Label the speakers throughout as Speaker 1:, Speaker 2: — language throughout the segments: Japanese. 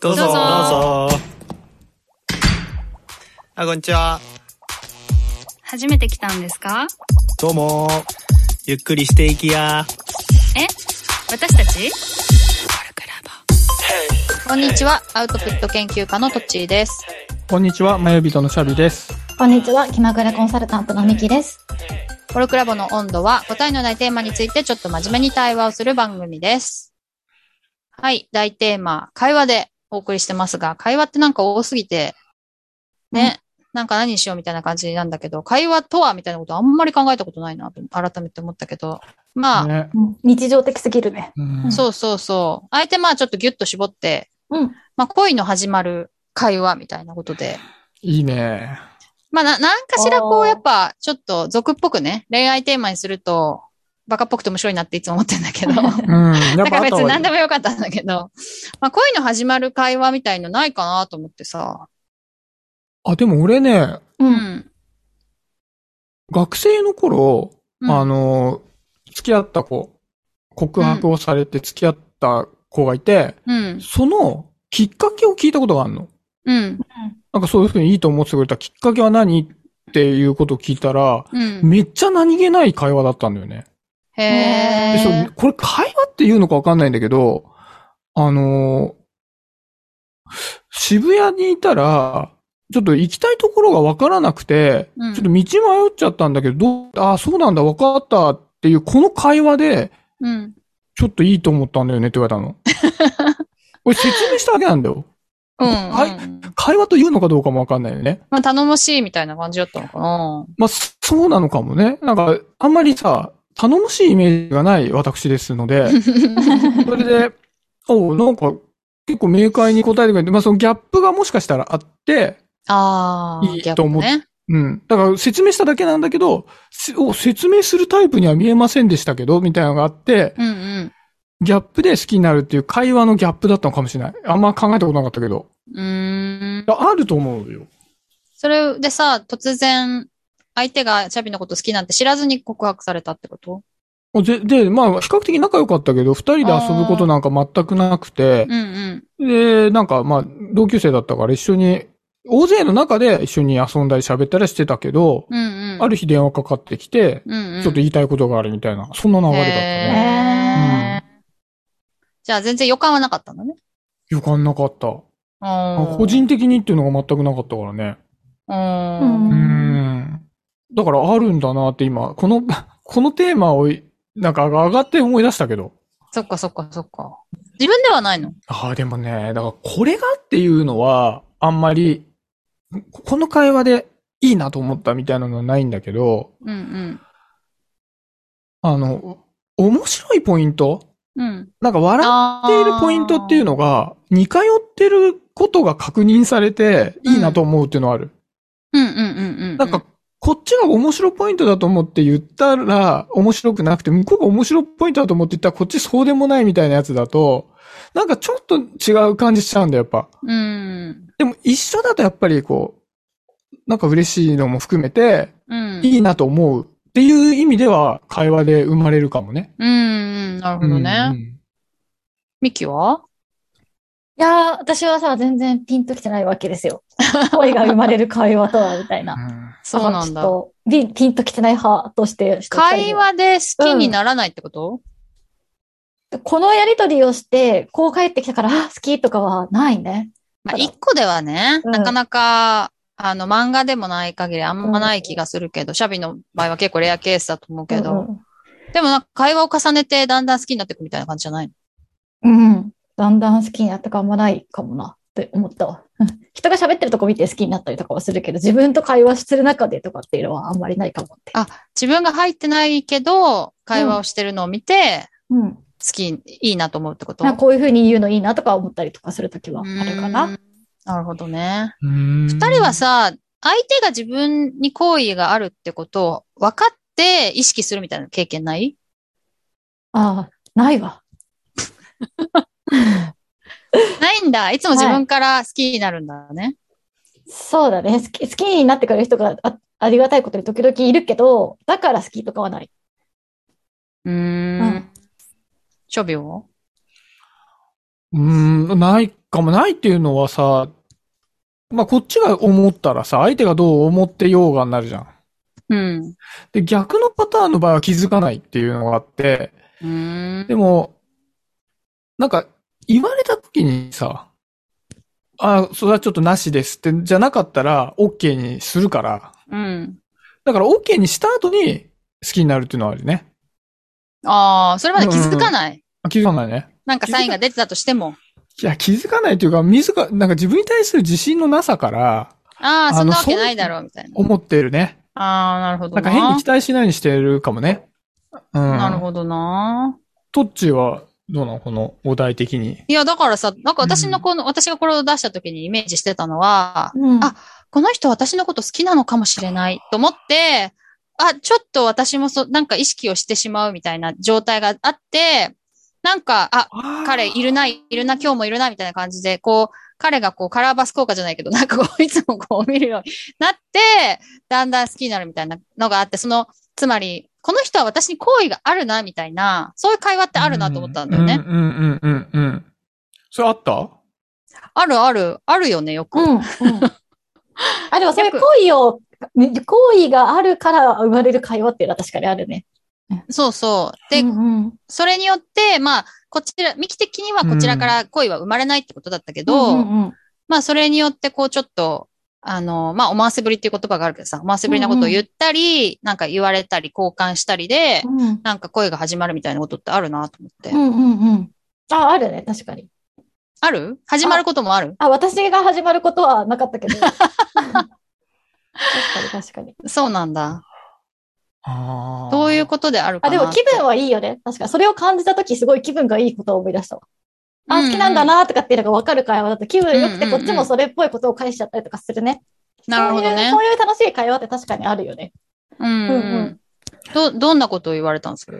Speaker 1: どうぞ
Speaker 2: どうぞ
Speaker 1: あこんにちは
Speaker 2: 初めて来たんですか
Speaker 1: どうもゆっくりしていきや
Speaker 2: え私たち
Speaker 3: こんにちは、アウトプット研究家のトッチーです。
Speaker 4: こんにちは、まゆびとのシャビです。
Speaker 5: こんにちは、気まぐれコンサルタントのみきです。
Speaker 3: コルクラボの温度は答えのないテーマについてちょっと真面目に対話をする番組です。はい、大テーマ、会話でお送りしてますが、会話ってなんか多すぎて、ね、なんか何にしようみたいな感じなんだけど、会話とはみたいなことあんまり考えたことないなと改めて思ったけど、まあ、
Speaker 4: ね。
Speaker 5: うん日常的すぎるね。
Speaker 4: うん
Speaker 3: そうそうそう。あえてまあちょっとギュッと絞って、
Speaker 5: うん
Speaker 3: まあ恋の始まる会話みたいなことで、
Speaker 4: いいね。
Speaker 3: まあ、な、なんかしらこ
Speaker 5: お
Speaker 3: う、
Speaker 5: ー
Speaker 3: やっぱ、ちょっと俗っぽくね、恋愛テーマにすると、バカっぽくて面白いなっていつも思ってんだけど。だ
Speaker 4: うん。 やっ
Speaker 3: か
Speaker 4: ぱ
Speaker 3: ら別に何で
Speaker 4: も。
Speaker 3: もよかったんだけど、まあ、恋の始まる会話みたいのないかなと思ってさ。
Speaker 4: あ、でも俺ね、
Speaker 5: う
Speaker 3: う。ん。
Speaker 4: 学生の頃、
Speaker 3: うん
Speaker 4: あの、付き合った子、告白をされて付き合った子がいて、
Speaker 3: うん。
Speaker 4: そのきっかけを聞いたことがあるの。
Speaker 3: うん。
Speaker 4: なんかそういうふうにいいと思ってくれたきっかけは何っていうことを聞いたら、
Speaker 3: うん。
Speaker 4: めっちゃ何気ない会話だったんだよね。
Speaker 3: へ
Speaker 4: でそ
Speaker 3: え
Speaker 4: う。これ会話って言うのかわかんないんだけど、あのー渋谷にいたら、ちょっと行きたいところがわからなくて、
Speaker 3: うん
Speaker 4: ちょっと道迷っちゃったんだけど、どうああ、そうなんだ、わかったっていう、この会話で、
Speaker 3: うん。
Speaker 4: ちょっといいと思ったんだよねって言われ たの。俺説明しただけなんだよ。
Speaker 3: うん。
Speaker 4: はい
Speaker 3: うん
Speaker 4: 会話と言うのかどうかもわかんないよね。
Speaker 3: まあ、頼もしいみたいな感じだったのか な。
Speaker 4: まあ、そそうなのかもね。なんか、あんまりさ、頼もしいイメージがない私ですの で、それで、おうなんか、結構明快に答えてくれて、まあそのギャップがもしかしたらあって、
Speaker 3: ああ。
Speaker 4: いいと思う
Speaker 3: 逆にね。
Speaker 4: うん。だから説明しただけなんだけど、せお説明するタイプには見えませんでしたけど、みたいなのがあって、
Speaker 3: うんうん。
Speaker 4: ギャップで好きになるっていう会話のギャップだったのかもしれない。あんま考えたことなかったけど。
Speaker 3: うーん
Speaker 4: い。やあると思うよ。
Speaker 3: それでさ、突然、相手がチャビのこと好きなんて知らずに告白されたってこと
Speaker 4: で、で、まあ、比較的仲良かったけど、二人で遊ぶことなんか全くなくて
Speaker 3: うん、うん。
Speaker 4: で、なんか、まあ、同級生だったから一緒に、大勢の中で一緒に遊んだり喋ったりしてたけど、
Speaker 3: うんうん。
Speaker 4: ある日電話かかってきて、
Speaker 3: うんうん。
Speaker 4: ちょっと言いたいことがあるみたいな、そんな流れだった
Speaker 3: へ
Speaker 4: ね。
Speaker 3: ーじゃあ全然予感はなかったんだね。
Speaker 4: 予感なかった。
Speaker 3: あ
Speaker 4: 個人的にっていうのが全くなかったからね。
Speaker 3: うん。
Speaker 4: うーん。だからあるんだなって今、この、 このテーマを、なんか上がって思い出したけど。
Speaker 3: そっかそっかそっか。自分ではないの
Speaker 4: ああ、でもね、だからこれがっていうのは、あんまり、ここの会話でいいなと思ったみたいなのはないんだけど、
Speaker 3: うん
Speaker 4: あの、面白いポイント
Speaker 3: うん。うん。
Speaker 4: なんか笑
Speaker 3: あ
Speaker 4: っているポイントっていうのが、似通ってることが確認されて、いいなと思うっていうのはある。
Speaker 3: ー。うんうんうんうん。
Speaker 4: なんか、、こっちが面白ポイントだと思って言ったら、面白くなくて、向こうが面白ポイントだと思って言ったら、こっちそうでもないみたいなやつだと、なんかちょっと違う感じしちゃうんだよ、やっぱ。
Speaker 3: うん。
Speaker 4: でも一緒だとやっぱりこう、なんか嬉しいのも含めて、
Speaker 3: うん。
Speaker 4: いいなと思うっていう意味では、会話で生まれるかもね。
Speaker 3: うんうん。なるほど
Speaker 4: う
Speaker 3: ね。
Speaker 4: ん
Speaker 3: ミキはい
Speaker 5: やー、私はさ、全然ピンときてないわけです よ。恋が生まれる会話とは、みたいな。
Speaker 4: うん
Speaker 3: そうなん
Speaker 5: ち
Speaker 3: だ。
Speaker 5: ょっとピンピンときてない派として。
Speaker 3: 会話で好きにならないってこと
Speaker 5: このやりとりをして、こう帰ってきたから、あ、好きとかはないね。
Speaker 3: まあ、一個ではね、
Speaker 5: うん
Speaker 3: なかなか、あの、漫画でもない限りあんまない気がするけど、シャビの場合は結構レアケースだと思うけど、でもなんか会話を重ねてだんだん好きになっていくみたいな感じじゃないの
Speaker 5: うん、うん。うんだんだん好きになったかあんまないかもな、って思ったわ。 人が喋ってるとこ見て好きになったりとかはするけど、自分と会話する中でとかっていうのはあんまりないかもって。
Speaker 3: あ自分が入ってないけど、会話をしてるのを見て、
Speaker 5: うん。
Speaker 3: 好き、いいなと思うってこと
Speaker 5: なんかこういうふうに言うのいいなとか思ったりとかするときはある
Speaker 3: う
Speaker 5: か
Speaker 3: ー
Speaker 5: な。
Speaker 3: んなるほどね。
Speaker 4: 二
Speaker 3: 二人は、さ、相手が自分に好意があるってことを分かって意識するみたいな経験ない
Speaker 5: ああ、ないわ。
Speaker 3: ないんだ。いつも自分から好きになるんだね。
Speaker 5: そうだね。好き、好きになってくれる人があありがたいことに時々いるけど、だから好きとかはない。
Speaker 3: うー
Speaker 5: うんん。
Speaker 3: 諸病
Speaker 4: うーん、ないかもないっていうのはさ、まあ、こっちが思ったらさ、相手がどう思ってようがになるじゃん。
Speaker 2: うん。
Speaker 4: で、逆のパターンの場合は気づかないっていうのがあって、
Speaker 2: うーん。
Speaker 4: でも、なんか、言われた時にさ、あ、それはちょっとなしですって、じゃなかったら、OK にするから。
Speaker 2: うん。
Speaker 4: だから、OK にした後に、好きになるっていうのはあるね。
Speaker 3: ああ、それまで気づかない。
Speaker 4: あ気づかないね。
Speaker 3: なんかサインが出てたとしても。
Speaker 4: いや、気づかないというか、自ら、なんか自分に対する自信のなさから、
Speaker 3: あ
Speaker 4: あ
Speaker 3: あ、
Speaker 4: の
Speaker 3: そんなわけないだろう、みたいな。
Speaker 4: 思ってるね。
Speaker 3: ああ、なるほど
Speaker 4: な
Speaker 3: な。
Speaker 4: んか変に期待しないようにしてるかもね。うん。
Speaker 3: なるほどな。
Speaker 4: トッチーは、どうなのこの、お題的に。
Speaker 3: いや、だからさ、なんか私のこの、私がこれを出した時にイメージしてたのは、
Speaker 5: うん
Speaker 3: あこの人私のこと好きなのかもしれないと思って、あ、ちょっと私もそ、なんか意識をしてしまうみたいな状態があって、なんか、あ、彼いるな、いるな、今日もいるな、みたいな感じで、こう、彼がこう、カラーバス効果じゃないけど、なんかこう、 いつもこう見るようになって、だんだん好きになるみたいなのがあって、その、つまり、この人は私に好意があるな、みたいな、そういう会話ってあるなと思ったんだよね。
Speaker 4: うんうんうんうんうん。それあった
Speaker 3: あるある、あるよね、よく。
Speaker 5: うん。うん。あ、でもそういう
Speaker 3: よく
Speaker 5: 恋を、恋があるから生まれる会話っていうのは確かにあるね。
Speaker 3: そうそう。で、
Speaker 5: うんうん
Speaker 3: それによって、まあ、こちら、ミキ的にはこちらから恋は生まれないってことだったけど、
Speaker 5: うんうんうん
Speaker 3: まあ、それによって、こう、ちょっと、あの、まあ、思わせぶりっていう言葉があるけどさ、思わせぶりなことを言ったり、なんか言われたり、交換したりで、
Speaker 5: うん
Speaker 3: なんか恋が始まるみたいなことってあるなと思って。
Speaker 5: うんうんうん。あ、あるね、確かに。
Speaker 3: ある始まることもある
Speaker 5: あ、私が始まることはなかったけ ど。確かに確かに。
Speaker 3: そうなんだ。
Speaker 4: あ
Speaker 3: どういう
Speaker 4: こ
Speaker 3: ことであるか
Speaker 5: あ、
Speaker 3: な
Speaker 5: でも気分はいいよね。確かに。それを感じたとき、すごい気分がいいことを思い出したわ。あ、好きなんだ。
Speaker 3: うう
Speaker 5: なとかっていうのが分かる会話だと気分良く
Speaker 3: うん
Speaker 5: て
Speaker 3: うん
Speaker 5: こ
Speaker 3: うん
Speaker 5: っちもそれっぽいことを返しちゃったりとかするね。
Speaker 3: なるほどね
Speaker 5: そういうそういう楽しい会話って確かにあるよね。
Speaker 3: うん、うん
Speaker 5: うんう
Speaker 3: ど、どんなことを言われたんですか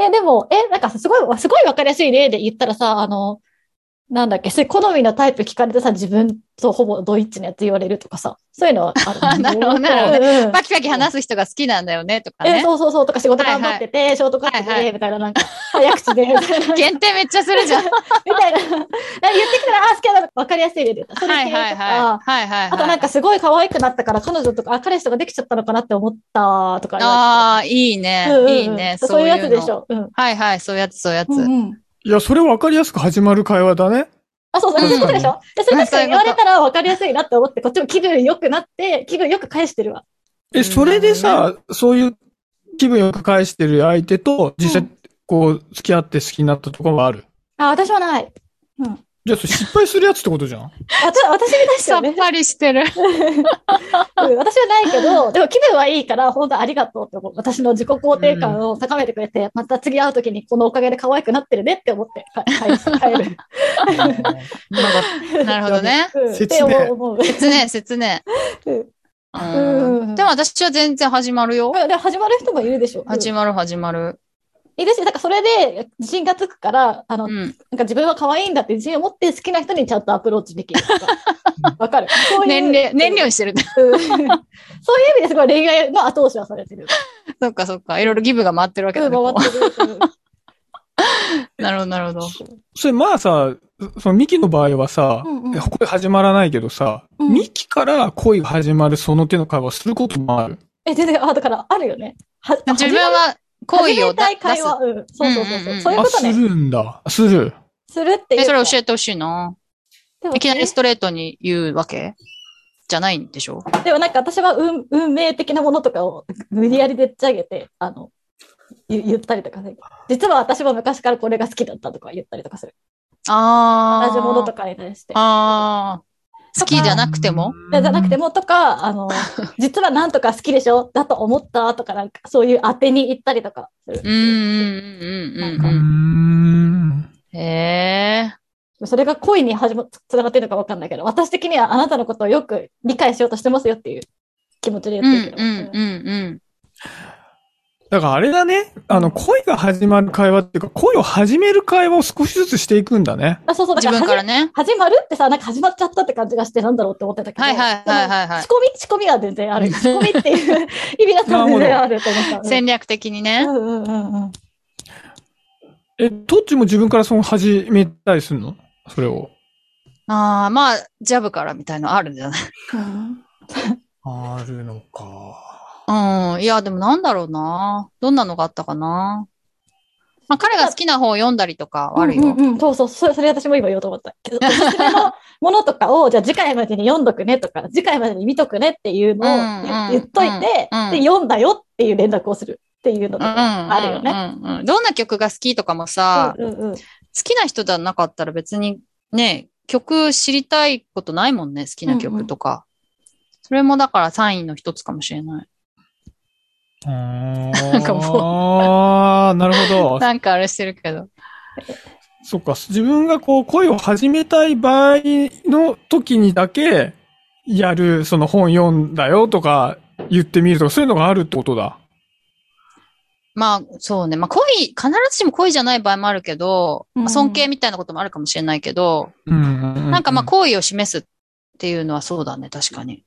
Speaker 5: え、でも、え、なんかさすごい、すごい分かりやすい例で言ったらさ、あの、なんだっけ、それ好みのタイプ聞かれてさ、自分とほぼドイッチのやつ言われるとかさ、そういうのはある。
Speaker 3: なるほど なるほ
Speaker 5: ど。うん
Speaker 3: パキパキ話す人が好きなんだよね、とか
Speaker 5: え、
Speaker 3: ね。
Speaker 5: そうそうそう、とか仕事頑張ってて、ショートカット
Speaker 3: はいは
Speaker 5: で、みたいな、なんか、早口で、み たいな、みたい
Speaker 3: 限定めっちゃするじゃ ん。はい
Speaker 5: な、言ってきたら、あ、好きだな、分かりやすい例で言った。それ
Speaker 3: は
Speaker 5: 系
Speaker 3: い
Speaker 5: とか、
Speaker 3: はい。はいはいはい。
Speaker 5: あとなんかすごい可愛くなったから彼女とか、あ、彼氏とかできちゃったのかなって思ったとか言わ
Speaker 3: ああ、いいね
Speaker 5: れてた。うん。うんうん
Speaker 3: いいね。
Speaker 5: そういうやつでし
Speaker 3: の。
Speaker 5: ょ。うん。
Speaker 3: はいはい、そういうやつ、そういうやつ。
Speaker 5: うんうん
Speaker 4: いや、それ分かりやすく始まる会話だね。
Speaker 5: あ、そうそう、そういうことでしょ。でそれ確かに言われたら分かりやすいなって思って、こっちも気分良くなって、気分よく返してるわ。
Speaker 4: え、それでさ、そういう気分よく返してる相手と、実
Speaker 5: う
Speaker 4: 際、こう、付き合って好きになったとかはある。
Speaker 5: あ、私はない。
Speaker 4: じゃあ、それ失敗するやつってことじゃん。
Speaker 5: あ、ちょ私に対して
Speaker 3: さ
Speaker 5: は
Speaker 3: っ
Speaker 5: ね。
Speaker 3: ぱりしてる。
Speaker 5: うん私はないけ ど、でも気分はいいから、本当ありがとうって思う。私の自己肯定感を高めてくれて、また次会うときにこのおかげで可愛くなってるねって思ってか帰る。帰る。
Speaker 4: なんか、
Speaker 3: なるほどね。
Speaker 5: うん
Speaker 4: 説
Speaker 5: って
Speaker 4: 明
Speaker 5: 思う思う。
Speaker 3: 説明、説明。
Speaker 5: うん
Speaker 3: うん。でも私は全然始まるよ。
Speaker 5: でも始まる人もいるでしょ。うん
Speaker 3: 始まる、始まる。
Speaker 5: いるし、なんかそれで自信がつくから、あの、
Speaker 3: う
Speaker 5: なん
Speaker 3: ん。
Speaker 5: か自分は可愛いんだって自信を持って好きな人にちゃんとアプローチできる とか。わかる。そういう
Speaker 3: 燃料、燃料にしてる。
Speaker 5: うんそういう意味ですごい恋愛の後押しはされて る。
Speaker 3: そっかそっか。いろいろギブが回ってるわけ
Speaker 5: う
Speaker 3: だ
Speaker 5: ん
Speaker 3: ね。こ
Speaker 5: 回ってる。
Speaker 3: うなるほど、なるほど。
Speaker 4: それ、まあさ、そのミキの場合はさ、
Speaker 5: うんうん
Speaker 4: えこれ始ま らないけどさ、
Speaker 5: うん
Speaker 4: ミキから恋が始まるその手の会話をすることもある。
Speaker 5: え、全然、あ、だからあるよね。は
Speaker 3: 自分は恋を
Speaker 5: 始めたい
Speaker 3: 出出
Speaker 5: 会
Speaker 3: す。
Speaker 5: 話。うん。そうそうそう
Speaker 3: うんうんう
Speaker 5: そ
Speaker 3: ん
Speaker 5: う。そういう
Speaker 4: あ、
Speaker 5: こと
Speaker 4: す
Speaker 5: ね。
Speaker 4: るんだ。する。
Speaker 5: するっていう
Speaker 3: え、
Speaker 5: か。
Speaker 3: それ教えてほしいな。
Speaker 5: でも
Speaker 3: いきなりストレートに言うわけじゃないんでしょ
Speaker 5: でもなんか私は運運命的なものとかを無理やりでっち上げて、あの、言言ったりとかね。実は私は昔からこれが好きだったとか言ったりとかする。
Speaker 3: ああ。
Speaker 5: 同じものとかに対して。
Speaker 3: ああ。好きじゃなくても
Speaker 5: でじゃなくてもと か、あの、実はなんとか好きでしょだと思ったとか、なんかそういう当てに行ったりとかす
Speaker 3: うんうんうん
Speaker 5: る。
Speaker 4: う
Speaker 3: う
Speaker 4: ー
Speaker 3: んうん
Speaker 4: ん。
Speaker 3: うん。へえ。
Speaker 5: それが恋に始ま、つながってるのかわかんないけど、私的にはあなたのことをよく理解しようとしてますよっていう気持ちで
Speaker 3: う
Speaker 5: 言
Speaker 3: ん
Speaker 5: っ
Speaker 3: う
Speaker 5: てるけど。
Speaker 3: んうんうん。
Speaker 4: だからあれだね。あの、恋が始まる会話っていうか、恋を始める会話を少しずつしていくんだね。
Speaker 5: あそうそう、だ
Speaker 3: 自
Speaker 5: から
Speaker 3: 分からね。
Speaker 5: 始まるってさ、なんか始まっちゃったって感じがしてなんだろうって思ってたけど。
Speaker 3: はいはいはいはいはい
Speaker 5: でも仕込み仕込みは全然ある。仕込みっていう 意味だったら全然あると思った。
Speaker 3: 戦略的にね。
Speaker 5: うんうんうんうん。
Speaker 4: え、どっちも自分からその始めたりするのそれを。
Speaker 3: ああ、まあ、ジャブからみたいなのあるんじゃない
Speaker 4: あるのか。
Speaker 3: うん。いや、でもなんだろうな。どんなのがあったかな。まあ、彼が好きな本を読んだりとかはあるよ。
Speaker 5: うんうんうんそうそう、それ、それ私も今言おうと思った けど、おすすめのものとかを、じゃあ次回までに読んどくねと か、次回までに見とくねっていうのを
Speaker 3: うんうん
Speaker 5: 言っといて、
Speaker 3: うん
Speaker 5: で、読んだよっていう連絡をするっていうのと
Speaker 3: うんうん
Speaker 5: かあるよね。
Speaker 3: うんうんどんな曲が好きとかもさ、
Speaker 5: うんうんうん
Speaker 3: 好きな人じゃなかったら別にね、曲知りたいことないもんね、好きな曲とか。それもだからサインの一つかもしれない。
Speaker 4: なん
Speaker 3: かもう
Speaker 4: ああ、なる ほど。
Speaker 3: なんかあれしてるけど。
Speaker 4: そっか、自分がこう、恋を始めたい場合の時にだけ、やる、その本読んだよとか、言ってみるとか、そういうのがあるってことだ。
Speaker 3: まあ、そうね。まあ、恋、必ずしも恋じゃない場合もあるけど、まあ
Speaker 5: うん
Speaker 3: 尊敬みたいなこともあるかもしれないけど、
Speaker 4: うん
Speaker 3: なんかまあ、好意を示すっていうのはそうだね、確かに。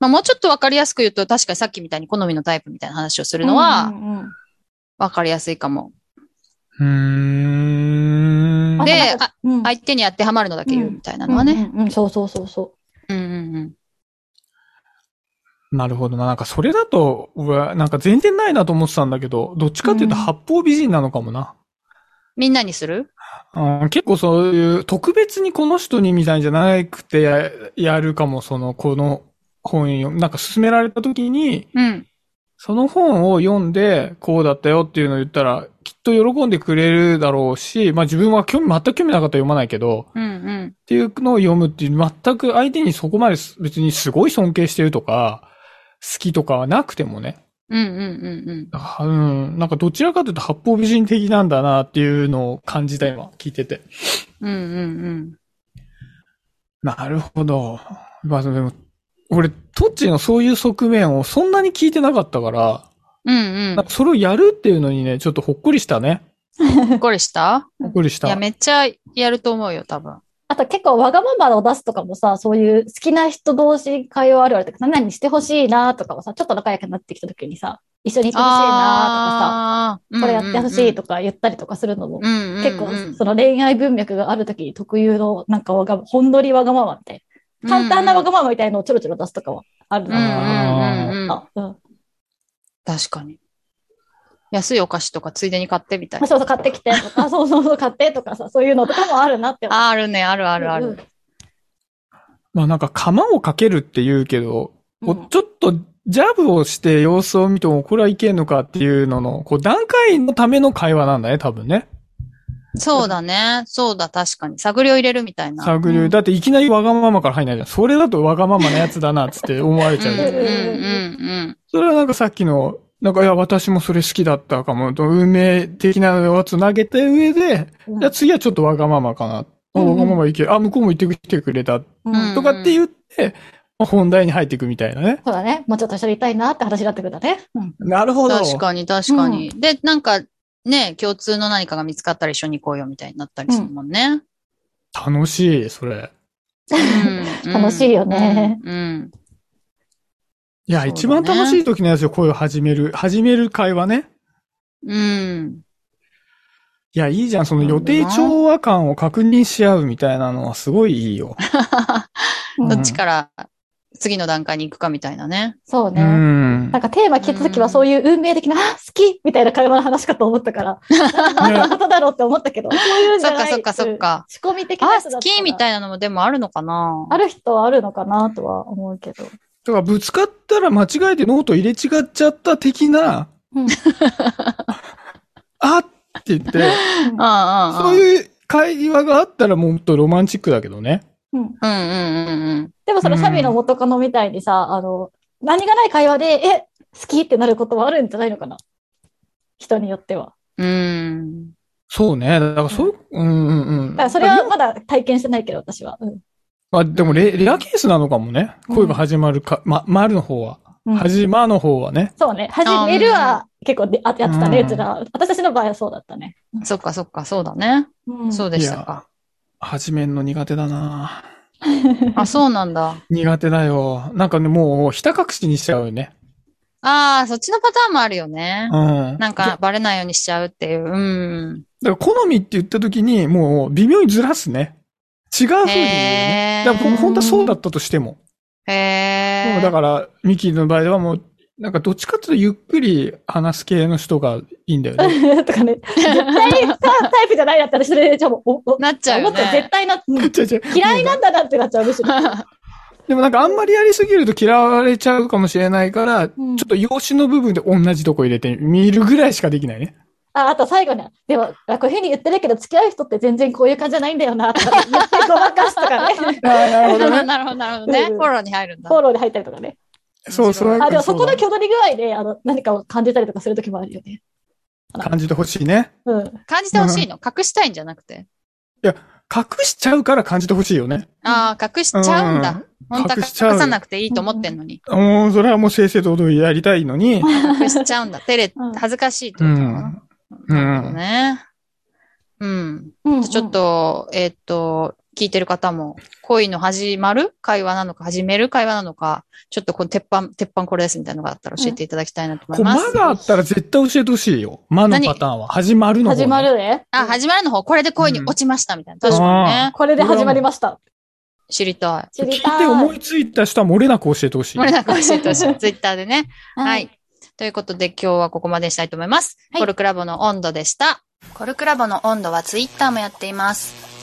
Speaker 3: まあもうちょっとわかりやすく言うと、確かにさっきみたいに好みのタイプみたいな話をするの
Speaker 5: う
Speaker 3: は
Speaker 5: んうんうん
Speaker 3: わかりやすいかも。
Speaker 4: うーん。
Speaker 5: あ
Speaker 3: で、
Speaker 5: なんか
Speaker 3: あ
Speaker 5: うん
Speaker 3: 相手に当てはまるのだけ言うみたいなのは
Speaker 5: う
Speaker 3: ね。
Speaker 5: んうんうんそうそうそうそ
Speaker 3: うんうんうん。
Speaker 4: なるほどな。なんかそれだと、うわなんか全然ないなと思ってたんだけど、どっちかっていうと
Speaker 5: うん
Speaker 4: 八方美人なのかもな。
Speaker 3: みんなにする
Speaker 4: うん、結構そういう、特別にこの人にみたいんじゃなくてや、やるかも、その、この本読むなんか勧められた時に、
Speaker 3: うん。
Speaker 4: その本を読んで、こうだったよっていうのを言ったら、きっと喜んでくれるだろうし、まあ自分は興味、全く興味なかったら読まないけど、
Speaker 3: うんうん。
Speaker 4: っていうのを読むっていう、全く相手にそこまです別にすごい尊敬してるとか、好きとかはなくてもね。
Speaker 3: うんうんうんうん。
Speaker 4: あうん、なんかどちらかというと八方美人的なんだなっていうのを感じた今、聞いてて。
Speaker 3: うんうんうん。
Speaker 4: なるほど。まあでも、俺、トッチーのそういう側面をそんなに聞いてなかったから、
Speaker 3: うん
Speaker 4: なんかそれをやるっていうのにね、ちょっとほっこりしたね。
Speaker 3: うん。これした
Speaker 4: ほっこりし
Speaker 3: い
Speaker 4: た。
Speaker 3: や、めっちゃやると思うよ、多分。
Speaker 5: あと結構わがままを出すとかもさ、そういう好きな人同士会話あるあるとか、何々してほしいなとかをさ、ちょっと仲良くなってきた時にさ、一緒にいてほしいな
Speaker 3: ああ
Speaker 5: とかさ、これやってほしいと
Speaker 3: か。
Speaker 5: か言ったりとかするのも、
Speaker 3: うんうんうん。
Speaker 5: 結構その恋愛文脈がある時に特有のなんかわが、ほんのりわがままみたいな、簡単なわがままみたいのをちょろちょろ出すとかはあるの
Speaker 3: うんう
Speaker 5: かな。
Speaker 3: んうんうん。
Speaker 5: あうん
Speaker 3: 確かに。安いお菓子とかついでに買ってみたい
Speaker 5: あ
Speaker 3: な。
Speaker 5: そうそう、買ってきて とか、そうそうそう、買ってとかさ、そういうのとかもあるなって思う。
Speaker 3: あるね、あるあるあ
Speaker 5: うん
Speaker 3: る。
Speaker 4: まあなんか釜をかけるって言うけど、こう
Speaker 5: うん
Speaker 4: ちょっとジャブをして様子を見てもこれはいけんのかっていうのの、こう段階のための会話なんだね、多分ね。
Speaker 3: そうだね。そうだ、確かに。探りを入れるみたいな。
Speaker 4: 探
Speaker 5: う
Speaker 4: る。
Speaker 5: ん
Speaker 4: だっていきなりわがままから入んないじゃん。それだとわがままなやつだな、つって思われ
Speaker 3: うん
Speaker 4: ち
Speaker 3: う
Speaker 4: ゃ
Speaker 3: んう
Speaker 4: うじゃん。
Speaker 3: ん
Speaker 4: それはなんかさっきの、なんか、いや、私もそれ好きだったかも、と運命的なのをつなげて上で、
Speaker 5: うん
Speaker 4: じゃあ次はちょっとわがままかな。あ
Speaker 5: うんうん
Speaker 4: わがままいける。あ、向こうも行ってきてくれた。
Speaker 5: う
Speaker 3: うん
Speaker 5: ん
Speaker 4: とかって言って、まあ本題に入っていくみたいなね。
Speaker 5: そうだね。もうちょっと一緒にいたいなって話になってくるんだね。うん。
Speaker 4: なる
Speaker 3: う
Speaker 4: ほ
Speaker 3: ん。
Speaker 4: ど。
Speaker 3: 確かに、確かに。で、なんか、ね、共通の何かが見つかったら一緒に行こうよみたいになったりするもんね。
Speaker 4: 楽しい、それ。
Speaker 3: うん
Speaker 5: 楽しいよね。
Speaker 3: うんうん。
Speaker 4: いや、
Speaker 3: そうだね
Speaker 4: 一番楽しい時のやつよ、声を始める。始める会話ね。
Speaker 3: うん。
Speaker 4: いや、いいじゃん。その予定調和感を確認し合うみたいなのはすごいいいよ。
Speaker 5: うん
Speaker 3: どっちから次の段階に行くかみたいなね。
Speaker 5: そう
Speaker 4: う
Speaker 5: ね。
Speaker 4: ん
Speaker 5: なん。かテーマ聞いたときはそういう運命的な、あ、好きみたいな会話の話かと思ったから、何のことだろうって思ったけど、そういうんじ
Speaker 3: そ
Speaker 5: ゃ
Speaker 3: っか
Speaker 5: ない
Speaker 3: そっかそっ。か。
Speaker 5: 仕込み的な
Speaker 3: あ
Speaker 5: や、つだ
Speaker 3: 好きみた
Speaker 5: い
Speaker 3: いなのもでもあるのかな
Speaker 5: ある人はあるのかなとは思うけど。
Speaker 4: だからぶつかったら間違えてノート入れ違っちゃった的な、
Speaker 5: うん
Speaker 4: あって言って、
Speaker 3: ああ、ああ
Speaker 4: そういう会話があったらもっとロマンチックだけどね。
Speaker 5: うん。
Speaker 3: うんうんうんうん。
Speaker 5: でもそのシャミの元カノみたいにさ、あの、何気ない会話で、え、好きってなることはあるんじゃないのかな人によっては。
Speaker 3: うん。
Speaker 4: そうね。だからそう、うんうんうん。
Speaker 5: だからそれはまだ体験してないけど、私は。うん。
Speaker 4: まあでもレレアケースなのかもね。
Speaker 5: うん
Speaker 4: 恋が始まるか、ま、まるの方は。
Speaker 5: うん
Speaker 4: はじまの方はね。
Speaker 5: そうね。始めるは結構であやってたね、うちら。私たちの場合はそうだったね。
Speaker 3: そっかそっか、そうだね。
Speaker 5: うん
Speaker 3: そうでしたか。
Speaker 4: 始めんの苦手だな
Speaker 3: あ、そうなんだ。
Speaker 4: 苦手だよ。なんかね、もう、ひた隠しにしちゃうよね。
Speaker 3: ああ、そっちのパターンもあるよね。
Speaker 4: うん。
Speaker 3: なん
Speaker 4: だ
Speaker 3: か、バレないようにしちゃうっていう。うん。
Speaker 4: から好みって言った時に、もう微妙にずらすね。違う風に言う
Speaker 3: へ
Speaker 4: ね。
Speaker 3: え。
Speaker 4: だから、本当はそうだったとしても。
Speaker 3: へ
Speaker 4: も
Speaker 3: え
Speaker 4: う。だから、ミキの場合はもう、なんかどっちかっていうとゆっくり話す系の人がいいんだよ ね。
Speaker 5: とかね。絶対さ、タイプじゃないなって私それで、じゃあもう、おお
Speaker 3: なっちゃう
Speaker 5: 思
Speaker 3: よ
Speaker 5: ったら絶
Speaker 3: ね。
Speaker 5: 対な、うん
Speaker 4: 違う違う
Speaker 5: 嫌いなんだなってなっちゃう、むしろ。
Speaker 4: でもなんかあんまりやりすぎると嫌われちゃうかもしれないから、ちょっと用紙の部分で同じとこ入れてみるぐらいしかできないね。
Speaker 5: あ、あと最後に、でも、あこういうふうに言ってるけど、付き合う人って全然こういう感じじゃないんだよな、とか言って ごまかすとかね。
Speaker 4: ああ、なるほ
Speaker 3: なる
Speaker 4: ど
Speaker 3: ほど、
Speaker 4: ね。
Speaker 3: なるほど、なるほどね。
Speaker 5: うん
Speaker 3: フォローに入るんだ
Speaker 5: フ。ォローに入ったりとかね。
Speaker 4: そうそう。
Speaker 5: あ、でもそこの
Speaker 4: そう
Speaker 5: 挙取り具合で、あの、何かを感じたりとかするときもあるよね。
Speaker 4: だ感じてほしいね。
Speaker 5: うん。
Speaker 3: 感じてほしいの隠したいんじゃなくて。
Speaker 4: 隠しちゃうから感じてほしいよね。
Speaker 3: ああ、隠しちゃうんだ。本当は
Speaker 4: 隠しちゃう
Speaker 3: 隠さなくていいと思ってんのに。
Speaker 4: もう、それはもう正々堂々やりたいのに。
Speaker 3: 隠しちゃうんだ。照れ
Speaker 5: うん、
Speaker 3: 恥ずかしいって
Speaker 4: う
Speaker 3: ことか
Speaker 4: ん
Speaker 3: な。。
Speaker 4: うん
Speaker 3: なるほどね。うん。
Speaker 5: うん
Speaker 3: ちょっ、と、えーっと、聞いてる方も、恋の始まる会話なのか、始める会話なのか、ちょっとこの鉄板、鉄板これですみたいなのがあったら教えていただきたいなと思
Speaker 4: こう、
Speaker 3: いま
Speaker 4: 間
Speaker 3: す。
Speaker 4: があったら絶対教えてほしいよ。間のパターンは。始まるの方ね
Speaker 5: 始まるね。
Speaker 3: あ、始まるの方、これで恋に落ちましたみたいな。確かにね。
Speaker 5: これで始まりました。
Speaker 3: 知りたい。
Speaker 5: 知り
Speaker 4: 聞い
Speaker 5: た
Speaker 4: て
Speaker 5: い。
Speaker 4: 思いついた人は漏れなく教えてほしい。
Speaker 3: 漏れなく教えてほしい。 ツイッターでね。
Speaker 5: は
Speaker 3: はいい。ということで今日はここまでにしたいと思います。
Speaker 5: はい
Speaker 3: コルクラボの温度でした。コルクラボの温度はツイッターもやっています。